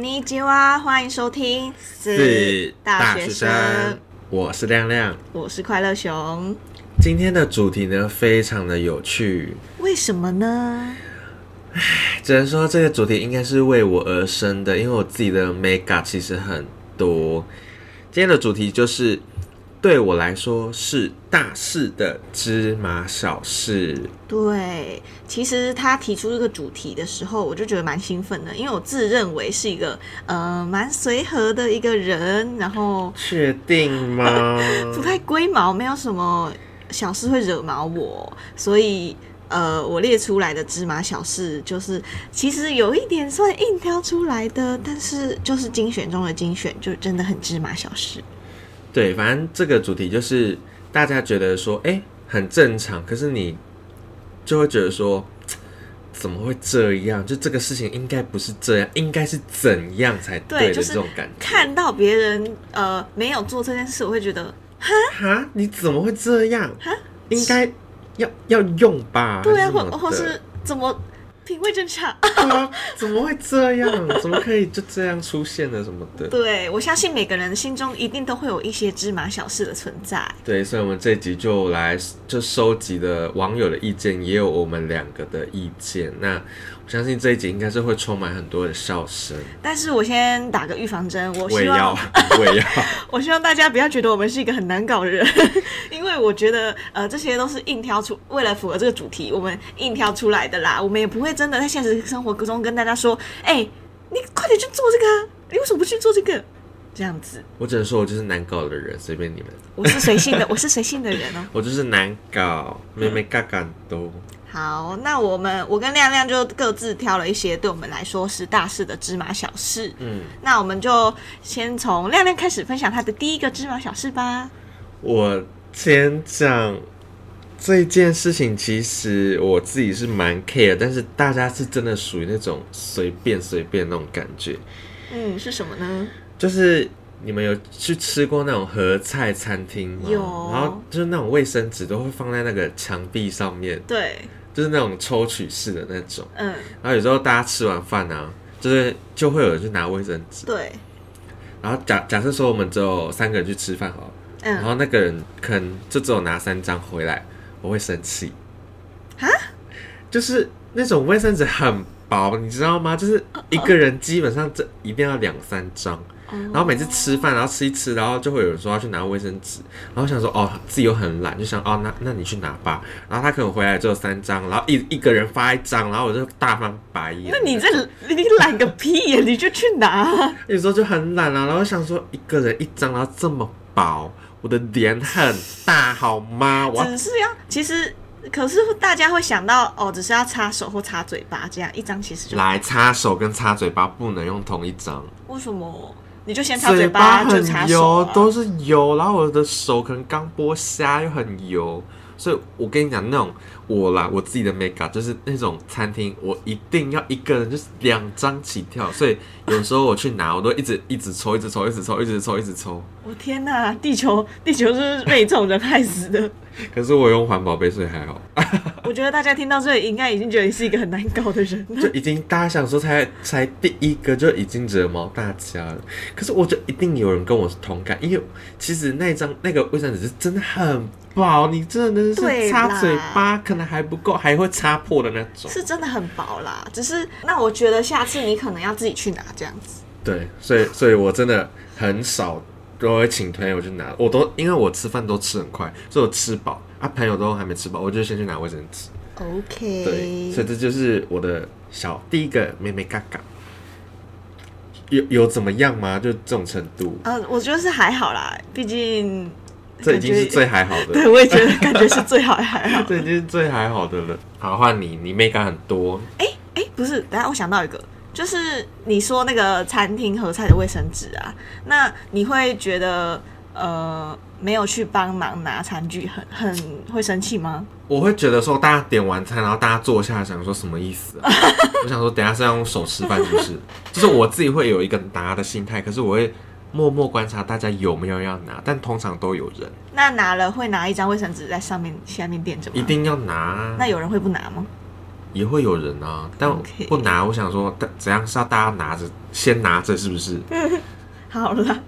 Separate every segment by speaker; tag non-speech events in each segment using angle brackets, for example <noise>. Speaker 1: 尼基哇，欢迎收听
Speaker 2: 是
Speaker 1: 大
Speaker 2: 大
Speaker 1: 学
Speaker 2: 学
Speaker 1: 生
Speaker 2: 生，我是亮亮。
Speaker 1: 我是快乐熊。
Speaker 2: 今天的主题呢，非常的有趣，
Speaker 1: 为什么呢？
Speaker 2: 只能说这个主题应该是为我而生的，因为我自己的 mega 其实很多。今天的主题就是对我来说是大事的芝麻小事，
Speaker 1: 对，其实他提出这个主题的时候，我就觉得蛮兴奋的，因为我自认为是一个呃蛮随和的一个人，然后
Speaker 2: 确定 <laughs> 吗？
Speaker 1: 不太龟毛，没有什么小事会惹毛我，所以呃，我列出来的芝麻小事就是其实有一点算硬挑出来的，但是就是精选中的精选，就真的很芝麻小事。
Speaker 2: 对，反正这个主题就是大家觉得说，哎、很正常，可是你就会觉得说，怎么会这样？就这个事情应该不是这样，应该是怎样才
Speaker 1: 对
Speaker 2: 对的
Speaker 1: 就是
Speaker 2: 这种感觉。
Speaker 1: 看到别人呃没有做这件事，我会觉得
Speaker 2: 啊哈，你怎么会这样？应该要要用吧？
Speaker 1: 对啊，
Speaker 2: 还是什
Speaker 1: 或
Speaker 2: 么
Speaker 1: 或
Speaker 2: 的
Speaker 1: 是怎么品味正常？
Speaker 2: 对啊，怎么会这样？怎么可以就这样出现了什么的？
Speaker 1: <laughs> 对我相信每个人心中一定都会有一些芝麻小事的存在。
Speaker 2: 对，所以我们这集就来就收集了网友的意见，也有我们两个的意见。那我相信这一集应该是会充满很多的笑声。
Speaker 1: 但是我先打个预防针，我
Speaker 2: 我
Speaker 1: 希
Speaker 2: 也
Speaker 1: 望
Speaker 2: 要，我也要。
Speaker 1: <laughs>
Speaker 2: <laughs>
Speaker 1: 我希望大家不要觉得我们是一个很难搞的人， <laughs> 因为我觉得呃这些都是硬挑出，为了符合这个主题，我们硬挑出来的啦。我们也不会真的在现实生活中跟大家说，哎、你快点去做这个啊，你为什么不去做这个？这样子，
Speaker 2: 我只能说我就是难搞的人，随便你们。
Speaker 1: 我是随性的，我是随性的人哦。
Speaker 2: 我就是难搞，妹
Speaker 1: 嗯
Speaker 2: 妹嘎嘎都。
Speaker 1: 好，那我们我跟亮亮就各自挑了一些对我们来说是大事的芝麻小事。
Speaker 2: 嗯，
Speaker 1: 那我们就先从亮亮开始分享他的第一个芝麻小事吧。
Speaker 2: 我先讲这件事情，其实我自己是蛮 care，但是大家是真的属于那种随便随便那种感觉。
Speaker 1: 嗯，是什么呢？
Speaker 2: 就是你们有去吃过那种合菜餐厅吗？
Speaker 1: 有
Speaker 2: 然后就是那种卫生纸都会放在那个墙壁上面，
Speaker 1: 对，
Speaker 2: 就是那种抽取式的那种。
Speaker 1: 嗯，
Speaker 2: 然后有时候大家吃完饭啊，就是就会有人去拿卫生纸。
Speaker 1: 对，
Speaker 2: 然后假假设说我们只有三个人去吃饭好了，然
Speaker 1: 嗯，
Speaker 2: 后那个人可能就只有拿三张回来，我会生气。
Speaker 1: 啊？
Speaker 2: 就是那种卫生纸很薄，你知道吗？就是一个人基本上这一定要两三张。
Speaker 1: 哦
Speaker 2: 然后每次吃饭，然后吃一吃，然后就会有人说要去拿卫生纸，然后想说哦自己又很懒，就想哦那那你去拿吧。然后他可能回来只有三张，然后一一个人发一张，然后我就大翻白眼。
Speaker 1: 那你这你懒个屁呀！你就去拿。
Speaker 2: 有时候就很懒啊，然后想说一个人一张，然后这么薄，我的脸很大好吗？我要
Speaker 1: 只是要其实，可是大家会想到哦，只是要擦手或擦嘴巴这样一张，其实就
Speaker 2: 来擦手跟擦嘴巴不能用同一张，
Speaker 1: 为什么？你就先擦嘴巴，就擦
Speaker 2: 很
Speaker 1: 手、
Speaker 2: 油
Speaker 1: 啊，，
Speaker 2: 都是油，然后我的手可能刚剥虾又很油，所以我跟你讲那种我啦，我自己的 make up 就是那种餐厅，我一定要一个人就是两张起跳，所以有时候我去拿，我都一直一直抽，一直抽，一直抽，一直抽，一直抽。
Speaker 1: 我天哪！地球，地球是被这种人害死的。
Speaker 2: 可是我用环保杯，所以还好。
Speaker 1: 我觉得大家听到这里，应该已经觉得你是一个很难搞的人了。 <laughs>
Speaker 2: 就已经大家想说才才第一个就已经惹毛大家了，可是我觉得一定有人跟我同感，因为其实那张那个卫生纸是真的很薄，你真的
Speaker 1: 对
Speaker 2: 是
Speaker 1: 啦
Speaker 2: 擦嘴巴可能还不够，还会擦破的那种。
Speaker 1: 是真的很薄啦，只是那我觉得下次你可能要自己去拿这样子。
Speaker 2: 对，所以所以我真的很少都会请朋友去拿，我都因为我吃饭都吃很快，所以我吃饱啊，朋友都还没吃饱，我就先去拿卫生纸。
Speaker 1: OK，
Speaker 2: 对，所以这就是我的小第一个妹妹嘎嘎。有有怎么样吗？就这种程度，
Speaker 1: 呃，我觉得是还好啦，毕竟
Speaker 2: 这已经是最还好
Speaker 1: 对，
Speaker 2: 的，
Speaker 1: 我也觉得 <laughs> 感觉是最好还好。 <laughs>
Speaker 2: 这已经是最还好的了。好，换你，你妹感很多，
Speaker 1: 哎哎、不是，等一下我想到一个，就是你说那个餐厅合菜的卫生纸啊，那你会觉得呃没有去帮忙拿餐具很很会生气吗？
Speaker 2: 我会觉得说大家点完餐，然后大家坐下来，想说什么意思
Speaker 1: <laughs>
Speaker 2: 啊？我想说，等一下是要用手吃饭，是不是？就是我自己会有一个拿的心态，可是我会默默观察大家有没有要拿，但通常都有人
Speaker 1: 那拿了会拿一张卫生纸在上面下面垫着吗？
Speaker 2: 一。定要拿啊。
Speaker 1: 那有人会不拿吗？
Speaker 2: 也会有人啊，但
Speaker 1: OK
Speaker 2: 不拿，我想说，但怎样是要大家拿着先拿着是不是？
Speaker 1: 好了，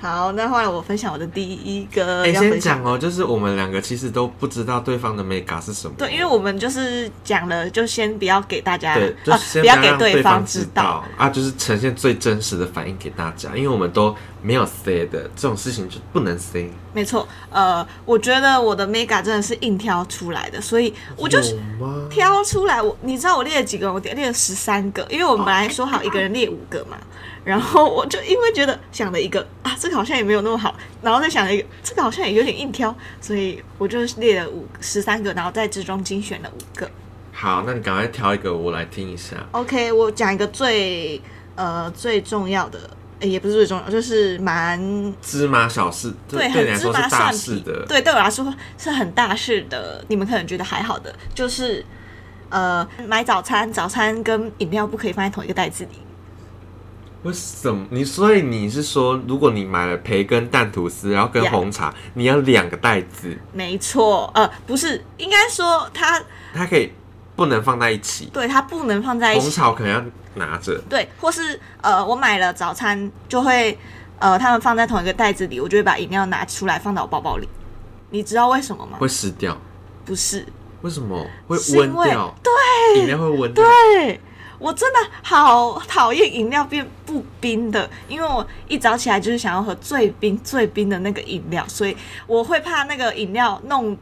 Speaker 1: 好，那换我分享我的第一个
Speaker 2: 哎、
Speaker 1: 要
Speaker 2: 先
Speaker 1: 分享。
Speaker 2: 讲哦，就是我们两个其实都不知道对方的 mega 是什么，
Speaker 1: 对，因为我们就是讲了，就先不要给大家，
Speaker 2: 对，就
Speaker 1: 啊
Speaker 2: 是先
Speaker 1: 不要给
Speaker 2: 让对
Speaker 1: 方
Speaker 2: 知
Speaker 1: 道。
Speaker 2: 啊，就是呈现最真实的反应给大家，因为我们都没有 say 的这种事情就不能 say。
Speaker 1: 没错，呃，我觉得我的 mega 真的是硬挑出来的，所以我就是
Speaker 2: 有吗？
Speaker 1: 挑出来。我你知道我列了几个？我列了十三个，因为我们本来说好一个人列五个嘛。然后我就因为觉得想了一个啊，这个好像也没有那么好，然后再想了一个，这个好像也有点硬挑，所以我就列了五十三个，然后在之中精选了五个。
Speaker 2: 好，那你赶快挑一个我来听一下。
Speaker 1: OK，我讲一个最呃最重要的、诶也不是最重要，就是蛮
Speaker 2: 芝麻小事，这
Speaker 1: 对
Speaker 2: 对你
Speaker 1: 很
Speaker 2: 来
Speaker 1: 芝
Speaker 2: 说
Speaker 1: 麻
Speaker 2: 是大
Speaker 1: 蒜
Speaker 2: 事
Speaker 1: 皮
Speaker 2: 的，
Speaker 1: 对，对我来说是很大事的。你们可能觉得还好的，就是呃买早餐，早餐跟饮料不可以放在同一个袋子里。
Speaker 2: 为什么？你所以你是说，如果你买了培根蛋吐司，然后跟
Speaker 1: Yeah
Speaker 2: 红茶你要两个袋子，
Speaker 1: 没错，呃，不是，应该说它
Speaker 2: 它可以不能放在一起。
Speaker 1: 对它不能放在一
Speaker 2: 红
Speaker 1: 起，
Speaker 2: 茶我可能要拿着，
Speaker 1: 对，或是呃我买了早餐就会呃他们放在同一个袋子里，我就会把饮料拿出来放到我包包里。你知道为什么吗？
Speaker 2: 会湿掉。
Speaker 1: 不是，
Speaker 2: 为什么会
Speaker 1: 是因
Speaker 2: 温
Speaker 1: 为哎
Speaker 2: 掉？对，饮料会温掉。
Speaker 1: 对啊我真的好讨厌饮料变不冰的，因为我一早起来就是想要喝最冰最冰的那个饮料，所以我会怕那个饮料弄。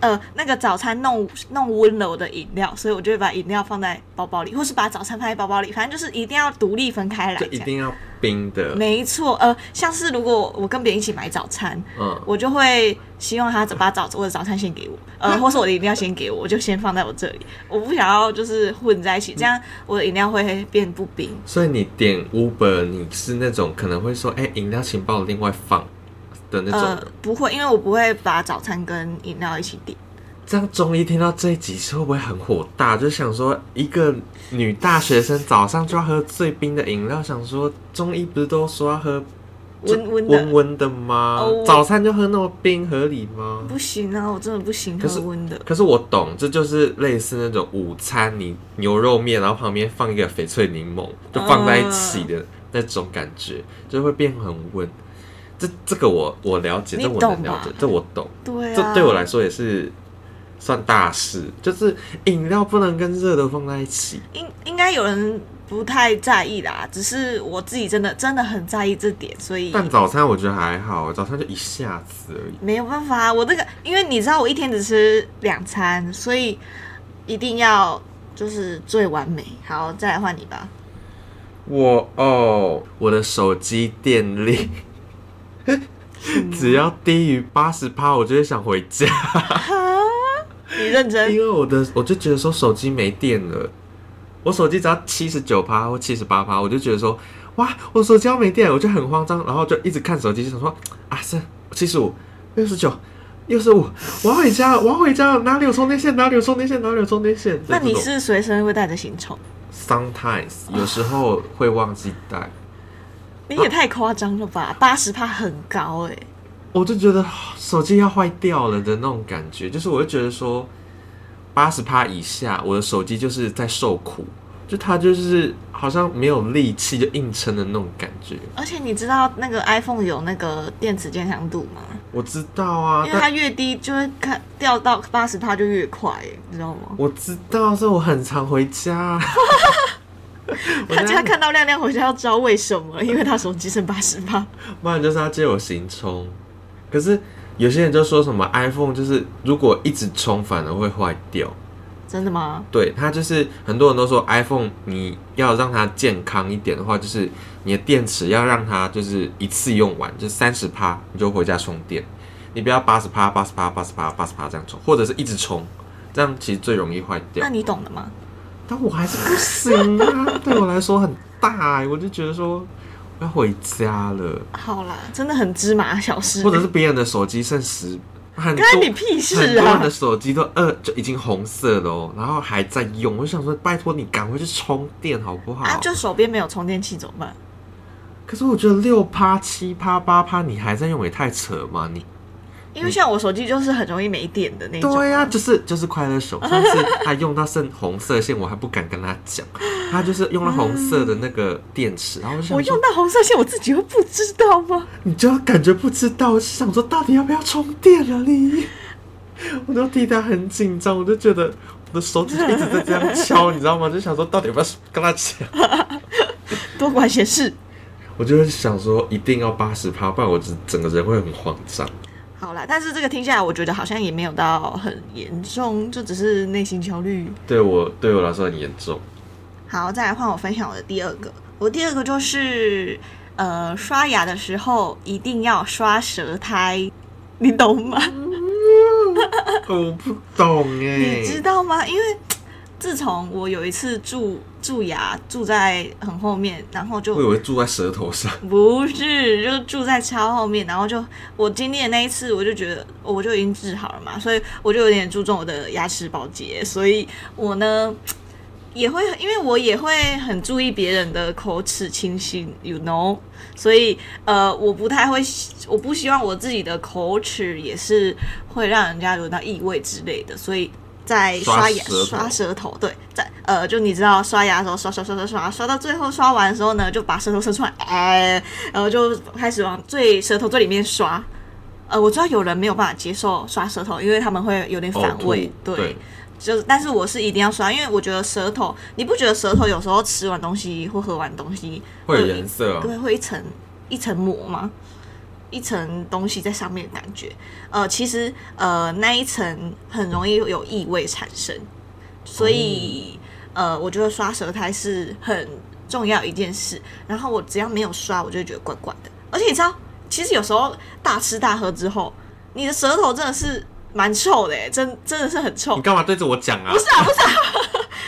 Speaker 1: 呃，那个早餐弄弄温柔的饮料，所以我就会把饮料放在包包里，或是把早餐放在包包里，反正就是一定要独立分开来
Speaker 2: 就
Speaker 1: 这
Speaker 2: 一
Speaker 1: 样。
Speaker 2: 定要冰的。
Speaker 1: 没错，呃，像是如果我跟别人一起买早餐，
Speaker 2: 嗯，
Speaker 1: 我就会希望他把早我的早餐先给我，呃，或是我的饮料先给我，我就先放在我这里。我不想要就是混在一起，这样我的饮料会变不冰。
Speaker 2: 所以你点 Uber，你是那种可能会说，哎、饮料请帮我另外放的那种
Speaker 1: 呃
Speaker 2: 人。，
Speaker 1: 不会，因为我不会把早餐跟饮料一起点。
Speaker 2: 这样中医听到这一集是会不会很火大？就想说，一个女大学生早上就要喝最冰的饮料，想说中医不是都说要喝就
Speaker 1: 温温的
Speaker 2: 温温的吗？
Speaker 1: 哦
Speaker 2: 早餐就喝那么冰，合理吗？
Speaker 1: 不行啊，我真的不行
Speaker 2: 可是
Speaker 1: 喝温的。
Speaker 2: 可是我懂，这就是类似那种午餐，你牛肉面，然后旁边放一个翡翠柠檬，就放在一起的那种感觉，就会变很温。这这个我我了解，
Speaker 1: 你
Speaker 2: 这我
Speaker 1: 懂
Speaker 2: 能了
Speaker 1: 吧
Speaker 2: 解，这我懂。
Speaker 1: 对啊，
Speaker 2: 这对我来说也是算大事，就是饮料不能跟热的放在一起。
Speaker 1: 应应该有人不太在意啦，只是我自己真的真的很在意这点，所以
Speaker 2: 但早餐我觉得还好，早餐就一下子而已。
Speaker 1: 没有办法，我那个因为你知道我一天只吃两餐，所以一定要就是最完美。好，再来换你吧。
Speaker 2: 我哦，我的手机电力只要低于八十趴，我就会想回家，
Speaker 1: 你认真
Speaker 2: 因为我的我就觉得说手机没电了，我手机只要七十九趴或七十八趴，我就觉得说哇，我手机要没电了，我就很慌张，然后就一直看手机，就想说啊是七十五、六十九。六十五，我要回家了，我要回家了，哪里有充电线？哪里有充电线？哪里有充电线？
Speaker 1: 那你
Speaker 2: 就这种
Speaker 1: 是随身会带着行充？
Speaker 2: sometimes 有时候会忘记带，
Speaker 1: 你也太夸张了吧，八十帕很高哎、
Speaker 2: 我就觉得手机要坏掉了的那种感觉，就是我就觉得说，八十趴以下，我的手机就是在受苦，就它就是好像没有力气就硬撑的那种感觉。
Speaker 1: 而且你知道那个 iPhone 有那个电池健康度吗？
Speaker 2: 我知道
Speaker 1: 因
Speaker 2: 啊，
Speaker 1: 为它
Speaker 2: 但
Speaker 1: 越低就会看掉到八十帕就越快、欸，你知道吗？
Speaker 2: 我知道，所以我很常回
Speaker 1: <laughs>
Speaker 2: 家。我
Speaker 1: 大
Speaker 2: 现
Speaker 1: 家
Speaker 2: 在
Speaker 1: 看到亮亮回家要知道为什么了，因为他手机剩八十帕。
Speaker 2: 不然就是要借我行充，可是有些人就说什么 iPhone 就是如果一直充反而会坏掉。
Speaker 1: 真的吗？
Speaker 2: 对，它就是很多人都说 iPhone 你要让它健康一点的话，就是你的电池要让它就是一次用完，就三十趴你就回家充电，你不要八十趴、八十趴、八十趴、八十趴这样充，或者是一直充，这样其实最容易坏掉
Speaker 1: 那。你懂的吗？
Speaker 2: 但我还是不行啊， <laughs> 对我来说很大、欸，我就觉得说我要回家了，
Speaker 1: 好啦，真的很芝麻小事、
Speaker 2: 或者是别人的手机剩十，很多
Speaker 1: 干你屁 <laughs>
Speaker 2: 很
Speaker 1: 事
Speaker 2: 多人
Speaker 1: 啊
Speaker 2: 的！手机都呃就已经红色了、哦，然后还在用。我就想说，拜托你赶快去充电好不好？
Speaker 1: 啊，就手边没有充电器怎么办？
Speaker 2: 可是我觉得六趴、七趴、八趴你还在用也太扯嘛！你
Speaker 1: 因为像我手机就是很容易没电的那种。
Speaker 2: 对呀、啊就是就是快乐手，上次他用到剩红色线，我还不敢跟他讲，他就是用了红色的那个电池，然后我就
Speaker 1: 我
Speaker 2: 想
Speaker 1: 用
Speaker 2: 说，
Speaker 1: 到红色线，我自己会不知道吗？ <laughs>
Speaker 2: 你就感觉不知道，我是想说到底要不要充电了你？ <laughs> 我都替他很紧张，我就觉得我的手指就一直在这样敲，你知道吗？就想说到底要不要跟他讲。
Speaker 1: 多管闲事。
Speaker 2: 我就是想说，一定要八十趴，不然我整整个人会很慌张。
Speaker 1: 好啦，但是这个听下来，我觉得好像也没有到很严重，就只是内心焦虑。
Speaker 2: 对我对我来说很严重。
Speaker 1: 好，再来换我分享我的第二个，我第二个就是，呃，刷牙的时候一定要刷舌苔，你懂吗？
Speaker 2: 哦， <laughs> 我不懂哎、
Speaker 1: 你知道吗？因为自从我有一次蛀蛀牙，住在很后面，然后就
Speaker 2: 我以为住在舌头上。
Speaker 1: <laughs> 不是，就是住在超后面，然后就我经历的那一次，我就觉得我就已经治好了嘛，所以我就有点注重我的牙齿保洁，所以我呢也会，因为我也会很注意别人的口齿清新，you know，所以呃，我不太会，我不希望我自己的口齿也是会让人家闻到异味之类的，所以。在刷牙
Speaker 2: 刷舌头
Speaker 1: 刷舌头，对，在呃，就你知道刷牙的时候刷刷刷刷刷，刷到最后刷完的时候呢，就把舌头伸出来，哎、然后就开始往最舌头最里面刷。呃，我知道有人没有办法接受刷舌头，因为他们会有点反胃，
Speaker 2: 呕哦吐对，
Speaker 1: 就是，但是我是一定要刷，因为我觉得舌头，你不觉得舌头有时候吃完东西或喝完东西
Speaker 2: 会有
Speaker 1: 一
Speaker 2: 颜色啊。
Speaker 1: 对，会一层一层膜吗？一层东西在上面的感觉，呃，其实呃那一层很容易有异味产生，所以、
Speaker 2: 哦
Speaker 1: 呃，我觉得刷舌苔是很重要一件事。然后我只要没有刷，我就会觉得怪怪的。而且你知道，其实有时候大吃大喝之后，你的舌头真的是蛮臭的耶，欸真真的是很臭
Speaker 2: 你。干嘛对着我讲啊？
Speaker 1: 不是啊，不是啊，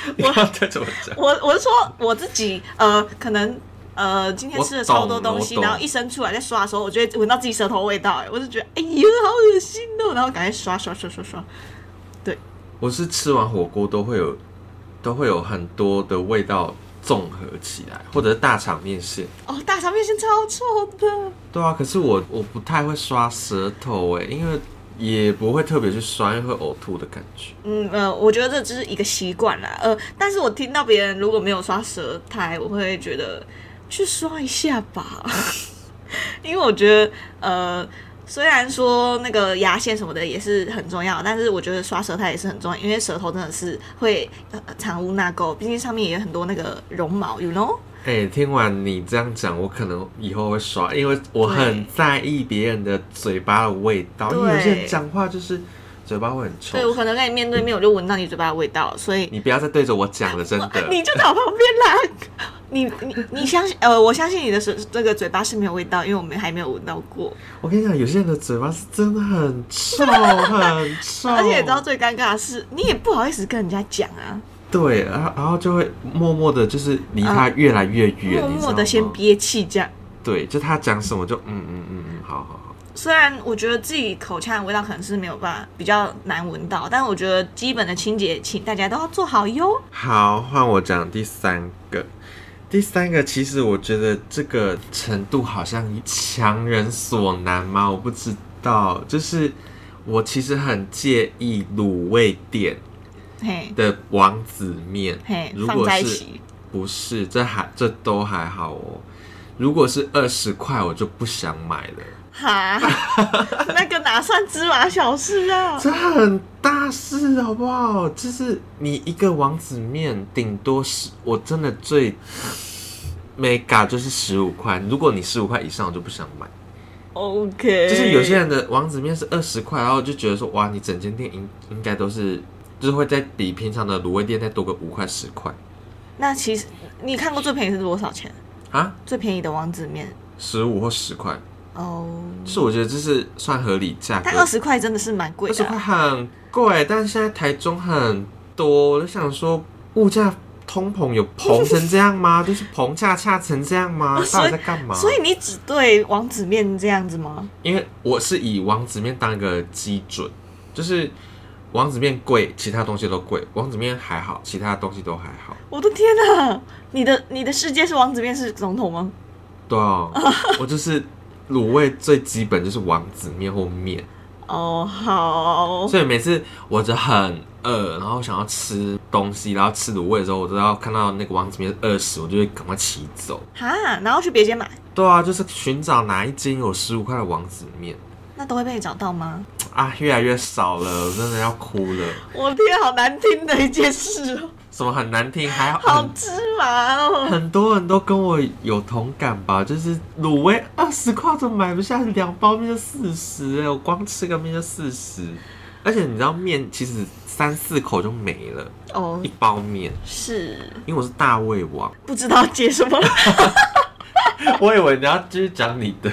Speaker 2: <laughs> 你干嘛对着我讲？
Speaker 1: 我我是说我自己，呃，可能呃今天
Speaker 2: 我
Speaker 1: 吃了超多
Speaker 2: 懂
Speaker 1: 东西，
Speaker 2: 我懂
Speaker 1: 然后一伸出来在刷的时候，我就会闻到自己舌头味道，哎，我就觉得哎呦好恶心哦，然后赶快刷刷刷刷刷，
Speaker 2: 我是吃完火锅都会有，都会有很多的味道综合起来，或者是大肠面线。
Speaker 1: 哦，大肠面线超臭的，
Speaker 2: 对啊，可是我我不太会刷舌头哎、因为也不会特别去刷，因为会呕吐的感觉。
Speaker 1: 嗯呃，我觉得这只是一个习惯啦，呃，但是我听到别人如果没有刷舌苔，我会觉得去刷一下吧， <laughs> 因为我觉得呃。虽然说那个牙线什么的也是很重要，但是我觉得刷舌苔也是很重要，因为舌头真的是会呃藏污纳垢，毕竟上面也有很多那个绒毛，you know？
Speaker 2: 哎、听完你这样讲，我可能以后会刷，因为我很在意别人的嘴巴的味道。因为有些人讲话就是嘴巴会很臭
Speaker 1: 所以，我可能跟你面对面，我就闻到你嘴巴的味道，所以
Speaker 2: 你不要再对着我讲了，真的。
Speaker 1: <laughs> 你就在我旁边啦。你你你相信呃，我相信你的舌这个嘴巴是没有味道，因为我们还没有闻到过。
Speaker 2: 我跟你讲，有些人的嘴巴是真的很臭，很臭，
Speaker 1: 而且你知道最尴尬的是，你也不好意思跟人家讲啊，
Speaker 2: 对，然后然后就会默默的，就是离他越来越远，
Speaker 1: 啊默
Speaker 2: 你知
Speaker 1: 默
Speaker 2: 道
Speaker 1: 的
Speaker 2: 吗
Speaker 1: 先憋气这样。
Speaker 2: 对，就他讲什么就嗯嗯嗯嗯，好好好，
Speaker 1: 虽然我觉得自己口腔的味道可能是没有办法比较难闻到，但我觉得基本的清洁，请大家都要做好哟。
Speaker 2: 好，换我讲第三个。第三个，其实我觉得这个程度好像强人所难吗？我不知道，就是我其实很介意卤味店
Speaker 1: 嘿，
Speaker 2: 的王子面
Speaker 1: 嘿，
Speaker 2: 如
Speaker 1: 放
Speaker 2: 果
Speaker 1: 在一
Speaker 2: 是
Speaker 1: 起
Speaker 2: 不是，这还这都还好哦。如果是二十块，我就不想买了。
Speaker 1: 哈，那个哪算芝麻小事啊？
Speaker 2: 这很大事，好不好？就是你一个王子面，顶多是我真的最 mega 就是十五块。如果你十五块以上，我就不想买。
Speaker 1: OK，
Speaker 2: 就是有些人的王子面是二十块，然后就觉得说，哇，你整间店应应该都是，就是会再比平常的卤味店再多个五块十块
Speaker 1: 那其实你看过最便宜是多少钱？
Speaker 2: 啊，
Speaker 1: 最便宜的王子面
Speaker 2: 十五或十块。
Speaker 1: 哦，
Speaker 2: 就是我觉得这是算合理价格
Speaker 1: 但，二十块真的是蛮贵
Speaker 2: 二十
Speaker 1: 的
Speaker 2: 块
Speaker 1: 啊。
Speaker 2: 很贵，但是现在台中很多，我就想说，物价通膨有膨成这样吗？ <laughs> 就是膨恰恰成这样吗？
Speaker 1: 哦所以
Speaker 2: 到底在干嘛？
Speaker 1: 所以你只对王子面这样子吗？
Speaker 2: 因为我是以王子面当一个基准，就是王子面贵，其他东西都贵；王子面还好，其他东西都还好。
Speaker 1: 我的天哪、你的你的世界是王子面是总统吗？
Speaker 2: 对啊，我就是卤味最基本就是王子面或面，
Speaker 1: 哦，好，
Speaker 2: 所以每次我就很饿，然后想要吃东西，然后吃卤味的时候，我都要看到那个王子面二十，我就会赶快骑走。
Speaker 1: 哈，然后去别间买，
Speaker 2: 对啊，就是寻找哪一间有十五块的王子面
Speaker 1: 那都会被找到吗？
Speaker 2: 啊，越来越少了，我真的要哭了。
Speaker 1: 我天，好难听的一件事哦，
Speaker 2: 什么很难听，还
Speaker 1: 好
Speaker 2: 好
Speaker 1: 芝麻哦。
Speaker 2: 很多人都跟我有同感吧，就是卤味二十块都买不下，两包面就四十、欸我光吃个面就四十，而且你知道面其实三四口就没了，
Speaker 1: 哦
Speaker 2: 一，包面，
Speaker 1: 是
Speaker 2: 因为我是大胃王，
Speaker 1: 不知道接什么。 <laughs>
Speaker 2: <laughs> 我以为你要继续讲你的，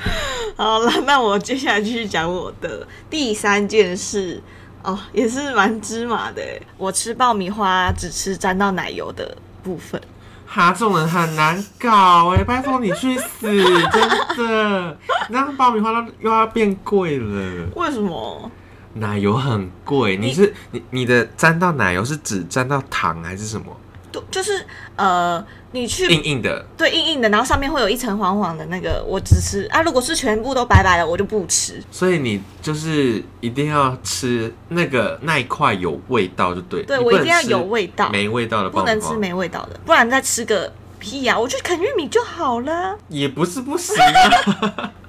Speaker 1: 好了，那我接下来继续讲我的第三件事哦，也是蛮芝麻的耶。我吃爆米花只吃沾到奶油的部分，
Speaker 2: 哈，这种人很难搞哎、拜托你去死，真的，你让爆米花都又要变贵了。
Speaker 1: 为什么？
Speaker 2: 奶油很贵，你是你你的沾到奶油是指沾到糖还是什么？
Speaker 1: 就就是呃，你去
Speaker 2: 硬硬的，
Speaker 1: 对硬硬的，然后上面会有一层黄黄的那个，我只吃啊。如果是全部都白白的，我就不吃。
Speaker 2: 所以你就是一定要吃那个那一块有味道就对。
Speaker 1: 对
Speaker 2: 你
Speaker 1: 我一
Speaker 2: 不能
Speaker 1: 定要
Speaker 2: 吃
Speaker 1: 有味道，
Speaker 2: 没味道的
Speaker 1: 不
Speaker 2: 爆米
Speaker 1: 能
Speaker 2: 花
Speaker 1: 吃没味道的，不然再吃个屁呀、我去啃玉米就好了。
Speaker 2: 也不是不行啊。 <laughs>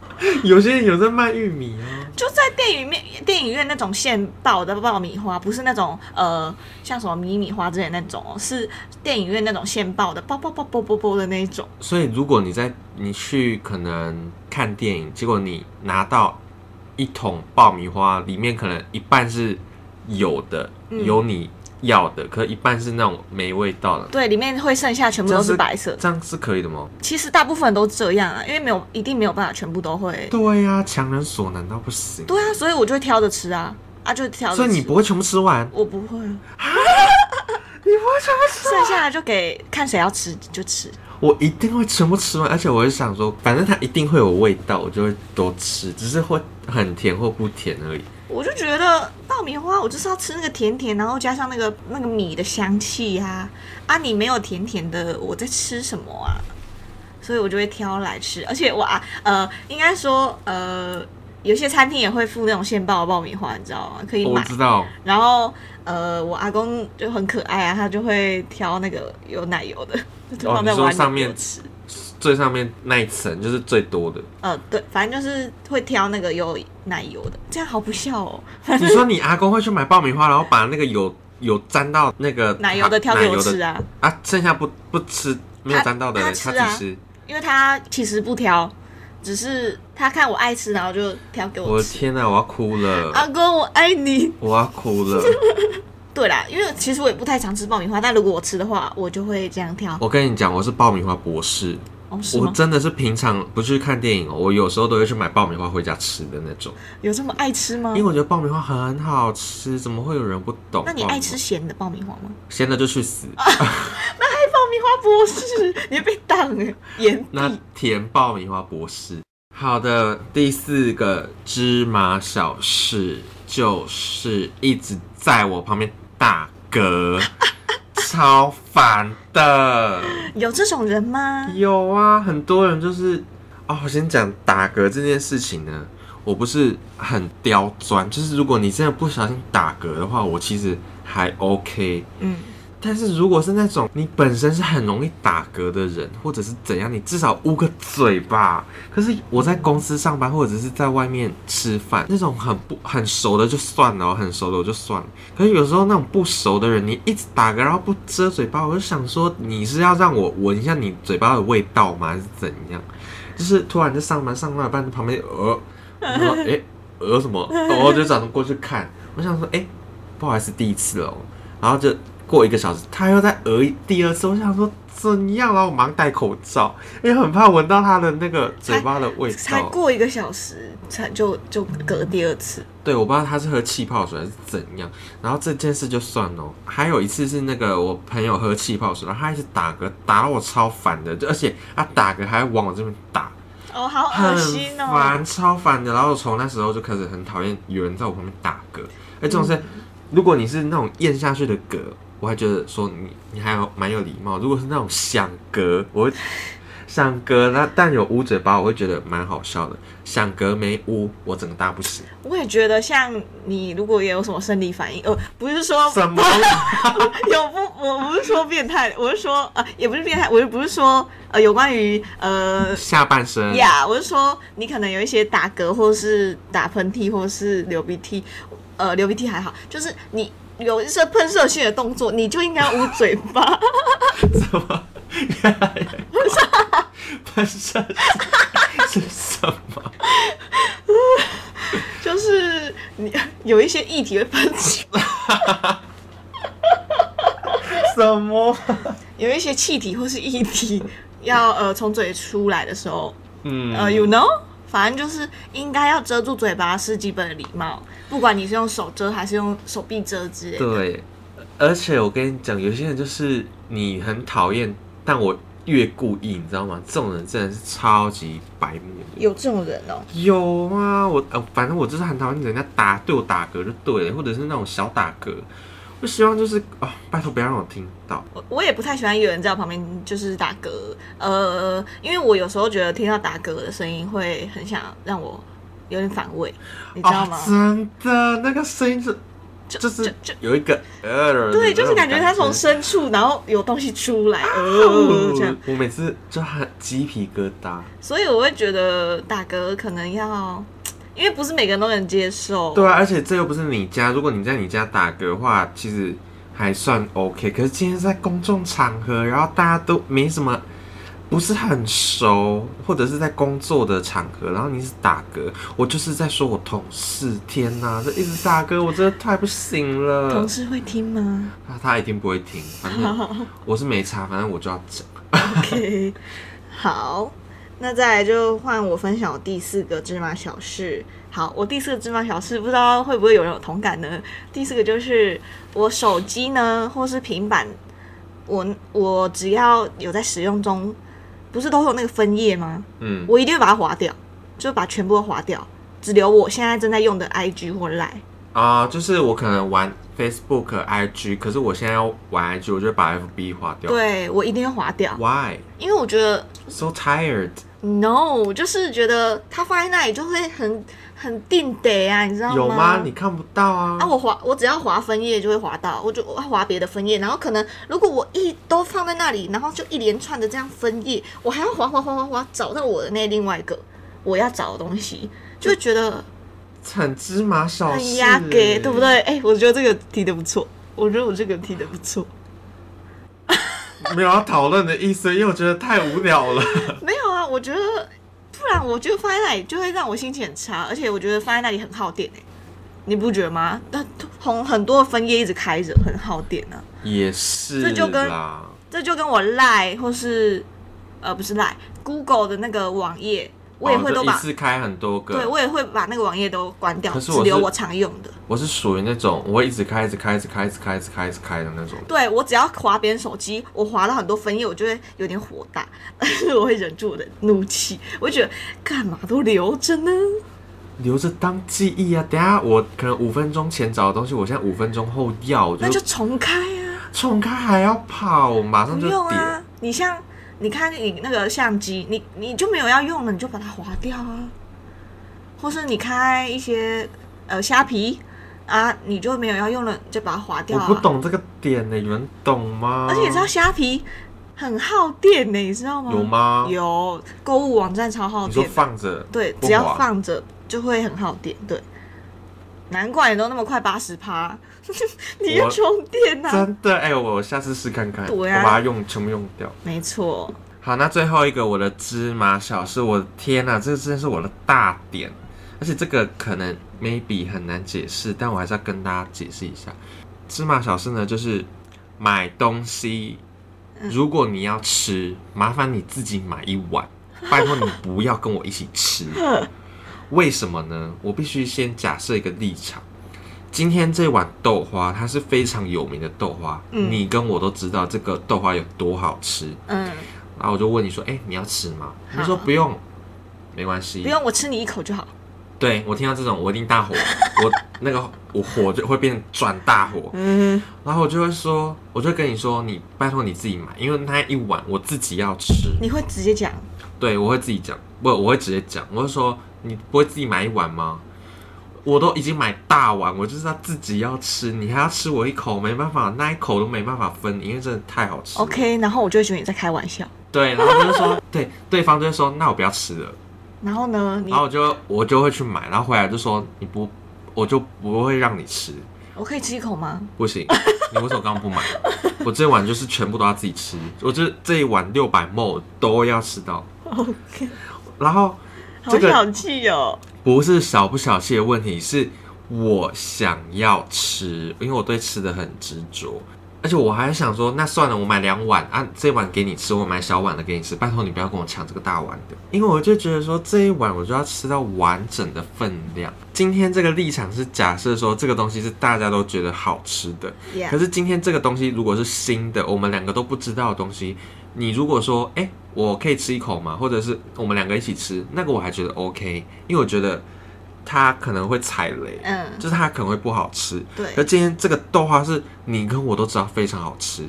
Speaker 2: 有些人有在卖玉米啊，
Speaker 1: 就在电影面电影院那种现爆的爆米花，不是那种呃像什么迷你花之类的那种哦，是电影院那种现爆的，爆爆爆爆爆爆的那一种。
Speaker 2: 所以如果你在你去可能看电影，结果你拿到一桶爆米花，里面可能一半是有的，
Speaker 1: 嗯
Speaker 2: 有你要的，可一半是那种没味道的，
Speaker 1: 对，里面会剩下全部嗯都是白色的。
Speaker 2: 这样是可以的吗？
Speaker 1: 其实大部分都这样啊，因为没有一定没有办法全部都会。
Speaker 2: 对呀、强人所难，道不行？
Speaker 1: 对啊，所以我就会挑着吃啊，啊就挑着吃。
Speaker 2: 所以你不会全部吃完，
Speaker 1: 我不会啊，
Speaker 2: 你不会全部吃
Speaker 1: 剩下的就给看谁要吃就吃。
Speaker 2: 我一定会全部吃完，而且我是想说，反正它一定会有味道，我就会多吃，只是会很甜或不甜而已。
Speaker 1: 我就觉得爆米花，我就是要吃那个甜甜，然后加上那个那个米的香气呀、啊。你没有甜甜的，我在吃什么啊？所以我就会挑来吃，而且我啊，呃，应该说呃，有些餐厅也会附那种现爆的爆米花，你知道吗？可以
Speaker 2: 我
Speaker 1: 买。
Speaker 2: 知道，
Speaker 1: 然后呃，我阿公就很可爱啊，他就会挑那个有奶油的，就
Speaker 2: 哦
Speaker 1: 放在
Speaker 2: 你说
Speaker 1: 碗里
Speaker 2: 上
Speaker 1: 给我
Speaker 2: 面
Speaker 1: 吃。
Speaker 2: 最上面那一层就是最多的。
Speaker 1: 呃，对，反正就是会挑那个有奶油的，这样好不孝
Speaker 2: <laughs>
Speaker 1: 哦。 <laughs>
Speaker 2: 你说你阿公会去买爆米花，然后把那个有有沾到那个
Speaker 1: 奶油的挑给我吃
Speaker 2: 啊
Speaker 1: 啊。
Speaker 2: 啊，剩下不不吃没有沾到的
Speaker 1: 他
Speaker 2: 人，
Speaker 1: 他吃
Speaker 2: 他
Speaker 1: 啊
Speaker 2: 只吃。
Speaker 1: 因为他其实不挑，只是他看我爱吃，然后就挑给
Speaker 2: 我
Speaker 1: 我
Speaker 2: 的
Speaker 1: 吃。啊
Speaker 2: 天哪、我要哭了，
Speaker 1: 阿公，我爱你。
Speaker 2: 我要哭
Speaker 1: <laughs>
Speaker 2: 了。
Speaker 1: 对啦，因为其实我也不太常吃爆米花，但如果我吃的话，我就会这样挑。
Speaker 2: 我跟你讲，我是爆米花博士。
Speaker 1: 哦，是
Speaker 2: 我
Speaker 1: 吗？
Speaker 2: 真的是平常不去看电影哦，我有时候都会去买爆米花回家吃的那种，
Speaker 1: 有这么爱吃吗
Speaker 2: 因为？我觉哦得爆米花很好吃，怎么会有人不
Speaker 1: 哦
Speaker 2: 懂？
Speaker 1: 那你
Speaker 2: 爆米
Speaker 1: 爱
Speaker 2: 花
Speaker 1: 吃咸的爆米花吗？哎
Speaker 2: 咸的就去死，
Speaker 1: 爆米花博士，你会被当哎，盐
Speaker 2: <laughs> 那
Speaker 1: 地
Speaker 2: 甜爆米花博士。好的，第四个芝麻小事就是一直在我旁边打嗝，超烦的。
Speaker 1: 有这种人吗？
Speaker 2: 有啊，很多人就是哦，我先讲打嗝这件事情呢，我不是很刁钻，就是如果你真的不小心打嗝的话，我其实还 OK。
Speaker 1: 嗯，
Speaker 2: 但是如果是那种你本身是很容易打嗝的人，或者是怎样，你至少捂个嘴吧。可是我在公司上班，或者是在外面吃饭，那种很不很熟的就算了哦，很熟的我就算了。可是有时候那种不熟的人，你一直打嗝然后不遮嘴巴，我就想说你是要让我闻一下你嘴巴的味道吗，还是怎样？就是突然在上班上到一半，旁边呃，然后哎、诶呃什么，我就找人过去看，我想说哎、诶不好意思，第一次哦。然后就过一个小时，他又在讹第二次，我想说怎样？然后我忙戴口罩，因为很怕闻到他的那个嘴巴的味
Speaker 1: 才
Speaker 2: 道。
Speaker 1: 过一个小时，才就就隔第二次。
Speaker 2: 对，我不知道他是喝气泡水还是怎样。然后这件事就算了哦，还有一次是那个我朋友喝气泡水，然后他一直打嗝，打到我超烦的，就而且他打嗝还往我这边打，
Speaker 1: 哦，好
Speaker 2: 很
Speaker 1: 恶心哦！
Speaker 2: 烦，超烦的。然后从那时候就开始很讨厌有人在我旁边打嗝，而这种是，
Speaker 1: 嗯
Speaker 2: 如果你是那种咽下去的嗝，我还觉得说你你还有蛮有礼貌。如果是那种想嗝，我会想隔那但有捂嘴巴，我会觉得蛮好笑的。想隔没捂，我整个大不行。
Speaker 1: 我也觉得，像你如果也有什么生理反应，呃，不是说
Speaker 2: 什么？
Speaker 1: <laughs> 有不，我不是说变态，我是说呃，也不是变态，我又不是说呃有关于呃
Speaker 2: 下半身 <laughs>
Speaker 1: 呀我是说你可能有一些打嗝或是打喷嚏或是流鼻涕，呃，流鼻涕还好，就是你有一些喷射性的动作，你就应该捂嘴巴。 <laughs>
Speaker 2: 怎么？原来有喷射是什么？
Speaker 1: 就是你有一些液体会喷出，
Speaker 2: 什么？
Speaker 1: 有一些气体或是液体要呃从嘴出来的时候，
Speaker 2: 嗯
Speaker 1: 呃、y o u know，反正就是应该要遮住嘴巴是基本的礼貌，不管你是用手遮还是用手臂遮之类的。
Speaker 2: 对，而且我跟你讲，有些人就是你很讨厌，但我越故意，你知道吗？这种人真的是超级白目的。
Speaker 1: 有这种人哦、
Speaker 2: 有啊，我呃，反正我就是很讨厌人家打对我打嗝就对了，或者是那种小打嗝。我希望就是哦，拜托不要让我听到。
Speaker 1: 我我也不太喜欢有人在我旁边就是打嗝，呃，因为我有时候觉得听到打嗝的声音会很想让我有点反胃，你知道吗？
Speaker 2: 哦、真的，那个声音是就是
Speaker 1: 就
Speaker 2: 有一个呃，
Speaker 1: 对，就是感觉它
Speaker 2: 他
Speaker 1: 从深处，然后有东西出来，呃，这样，
Speaker 2: 我每次就很鸡皮疙瘩。
Speaker 1: 所以我会觉得打嗝可能要，因为不是每个人都能接受。
Speaker 2: 对啊，而且这又不是你家，如果你在你家打嗝的话，其实还算 OK。可是今天是在公众场合，然后大家都没什么，不是很熟，或者是在工作的场合，然后你是打嗝，我就是在说我同事，天哪，这一直打嗝，我真的太不行了
Speaker 1: 同。事会听吗
Speaker 2: 他他一定不会听，反正我是没查，反正我就要讲。
Speaker 1: ？OK，好， <laughs> 那再来就换我分享我第四个芝麻小事。好，我第四个芝麻小事，不知道会不会有人有同感呢？第四个就是我手机呢，或是平板，我我只要有在使用中，不是都会有那个分页吗？
Speaker 2: 嗯，
Speaker 1: 我一定会把它划掉，就把全部都划掉，只留我现在正在用的 IG 或 Line。
Speaker 2: 啊、就是我可能玩 Facebook、IG，可是我现在要玩 IG，我就把 FB 划掉。
Speaker 1: 对啊我一定会划掉，
Speaker 2: Why
Speaker 1: 因为我觉得
Speaker 2: so tired？
Speaker 1: no，就是觉得它放在那里就会很很定得啊，你知道吗？
Speaker 2: 有吗？你看不到啊。
Speaker 1: 啊，我划我只要划分页就会划到，我就我要划别的分页，然后可能如果我一都放在那里，然后就一连串的这样分页，我还要划划划划划找到我的那另外一个我要找的东西，就会觉得
Speaker 2: 产芝麻小
Speaker 1: 很
Speaker 2: 事，
Speaker 1: 压给，对不对？？哎、我觉得这个提的不错，我觉得我这个提的不错。
Speaker 2: 没有要讨论的意思，因为我觉得太无聊
Speaker 1: <laughs>
Speaker 2: 了。
Speaker 1: 没有啊，我觉得不然我就放在那里就会让我心情很差，而且我觉得放在那里很耗电、欸、你不觉得吗？那红很多分页一直开着，很耗电啊。
Speaker 2: 也是啦，
Speaker 1: 这就跟这就跟我赖或是呃不是赖 Google 的那个网页，我也会
Speaker 2: 哦
Speaker 1: 都
Speaker 2: 就一
Speaker 1: 把、
Speaker 2: 次开很多个。
Speaker 1: 对我也会把那个网页都关掉，
Speaker 2: 可是
Speaker 1: 只
Speaker 2: 我是
Speaker 1: 留我常用的。
Speaker 2: 我是属于那种我会一直开、一直开、一直开、一直开、一直开、一直开的那种。
Speaker 1: 对我只要划别人手机，我划到很多分页，我就会有点火大， <laughs> 但是我会忍住我的怒气，我会觉得干嘛都留着呢？
Speaker 2: 留着当记忆啊！等一下我可能五分钟前找的东西，我现在五分钟后要，我
Speaker 1: 那就
Speaker 2: 就
Speaker 1: 重开啊。
Speaker 2: 冲开还要跑，我马上
Speaker 1: 不
Speaker 2: 就
Speaker 1: 用
Speaker 2: 点。
Speaker 1: 啊，你像你看你那个相机，你你就没有要用了，你就把它划掉啊，或是你开一些呃虾皮啊，你就没有要用了，你就把它划掉、
Speaker 2: 我
Speaker 1: 啊。
Speaker 2: 不。懂啊这个点呢、你们懂吗？
Speaker 1: 而且你知道虾皮很耗电呢、你知道吗？
Speaker 2: 有？吗？。
Speaker 1: 有，购物网站超耗
Speaker 2: 你说
Speaker 1: 电的。
Speaker 2: 放着，
Speaker 1: 对，
Speaker 2: 不
Speaker 1: 只要
Speaker 2: 滑
Speaker 1: 放着就会很耗电。对。难怪你都那么快八十趴， <laughs> 你要
Speaker 2: 我
Speaker 1: 充电呐、啊！
Speaker 2: 真的哎、我下次试看看，
Speaker 1: 对啊
Speaker 2: 我把它用全部用掉。
Speaker 1: 没
Speaker 2: <laughs>
Speaker 1: 错，
Speaker 2: 好，那最后一个我的芝麻小事，我的天呐、这真的是我的大点，而且这个可能 maybe 很难解释，但我还是要跟大家解释一下。芝麻小事呢，就是买东西，如果你要吃，麻烦你自己买一碗，拜托你不要跟我一起吃。为什么呢？我必须先假设一个立场。今天这碗豆花，它是非常有名的豆花，
Speaker 1: 嗯
Speaker 2: 你跟我都知道这个豆花有多好吃，
Speaker 1: 嗯，
Speaker 2: 然后我就问你说，哎、你要吃吗？
Speaker 1: 好
Speaker 2: 你说不用，没关系，
Speaker 1: 不用我吃你一口就好。
Speaker 2: 对我听到这种，我一定大火，我那个我火就会变转大火，
Speaker 1: 嗯，
Speaker 2: 然后我就会说，我就会跟你说，你拜托你自己买，因为那一碗我自己要吃。
Speaker 1: 你会直接讲，
Speaker 2: 对，我会自己讲，不，我会直接讲，我会说你不会自己买一碗吗？我都已经买大碗，我就是要自己要吃，你还要吃我一口，没办法，那一口都没办法分你，因为真的太好吃了。
Speaker 1: OK，然后我就会觉得你在开玩笑。
Speaker 2: 对，然后他就说，对，对方就会说，那我不要吃了，
Speaker 1: 然后呢，你
Speaker 2: 然后我就我就会去买，然后回来就说你不，我就不会让你吃，
Speaker 1: 我可以吃一口吗？
Speaker 2: 不行，你为什么刚刚不买？ <laughs> 我这碗就是全部都要自己吃，我这这一碗六百 ml 都要吃到，
Speaker 1: OK，
Speaker 2: 然后
Speaker 1: 好
Speaker 2: 这个
Speaker 1: 小气哦。
Speaker 2: 不是小不小气的问题，是我想要吃，因为我对吃的很执着。而且我还想说，那算了，我买两碗啊，这碗给你吃，我买小碗的给你吃，拜托你不要跟我抢这个大碗的，因为我就觉得说这一碗我就要吃到完整的分量。今天这个立场是假设说这个东西是大家都觉得好吃的，可
Speaker 1: Yeah，
Speaker 2: 是今天这个东西如果是新的，我们两个都不知道的东西，你如果说，哎、我可以吃一口吗？或者是我们两个一起吃，那个我还觉得 OK，因为我觉得它可能会踩雷，
Speaker 1: 嗯，
Speaker 2: 就是它可能会不好吃。而
Speaker 1: 对，
Speaker 2: 今天这个豆花是你跟我都知道非常好吃，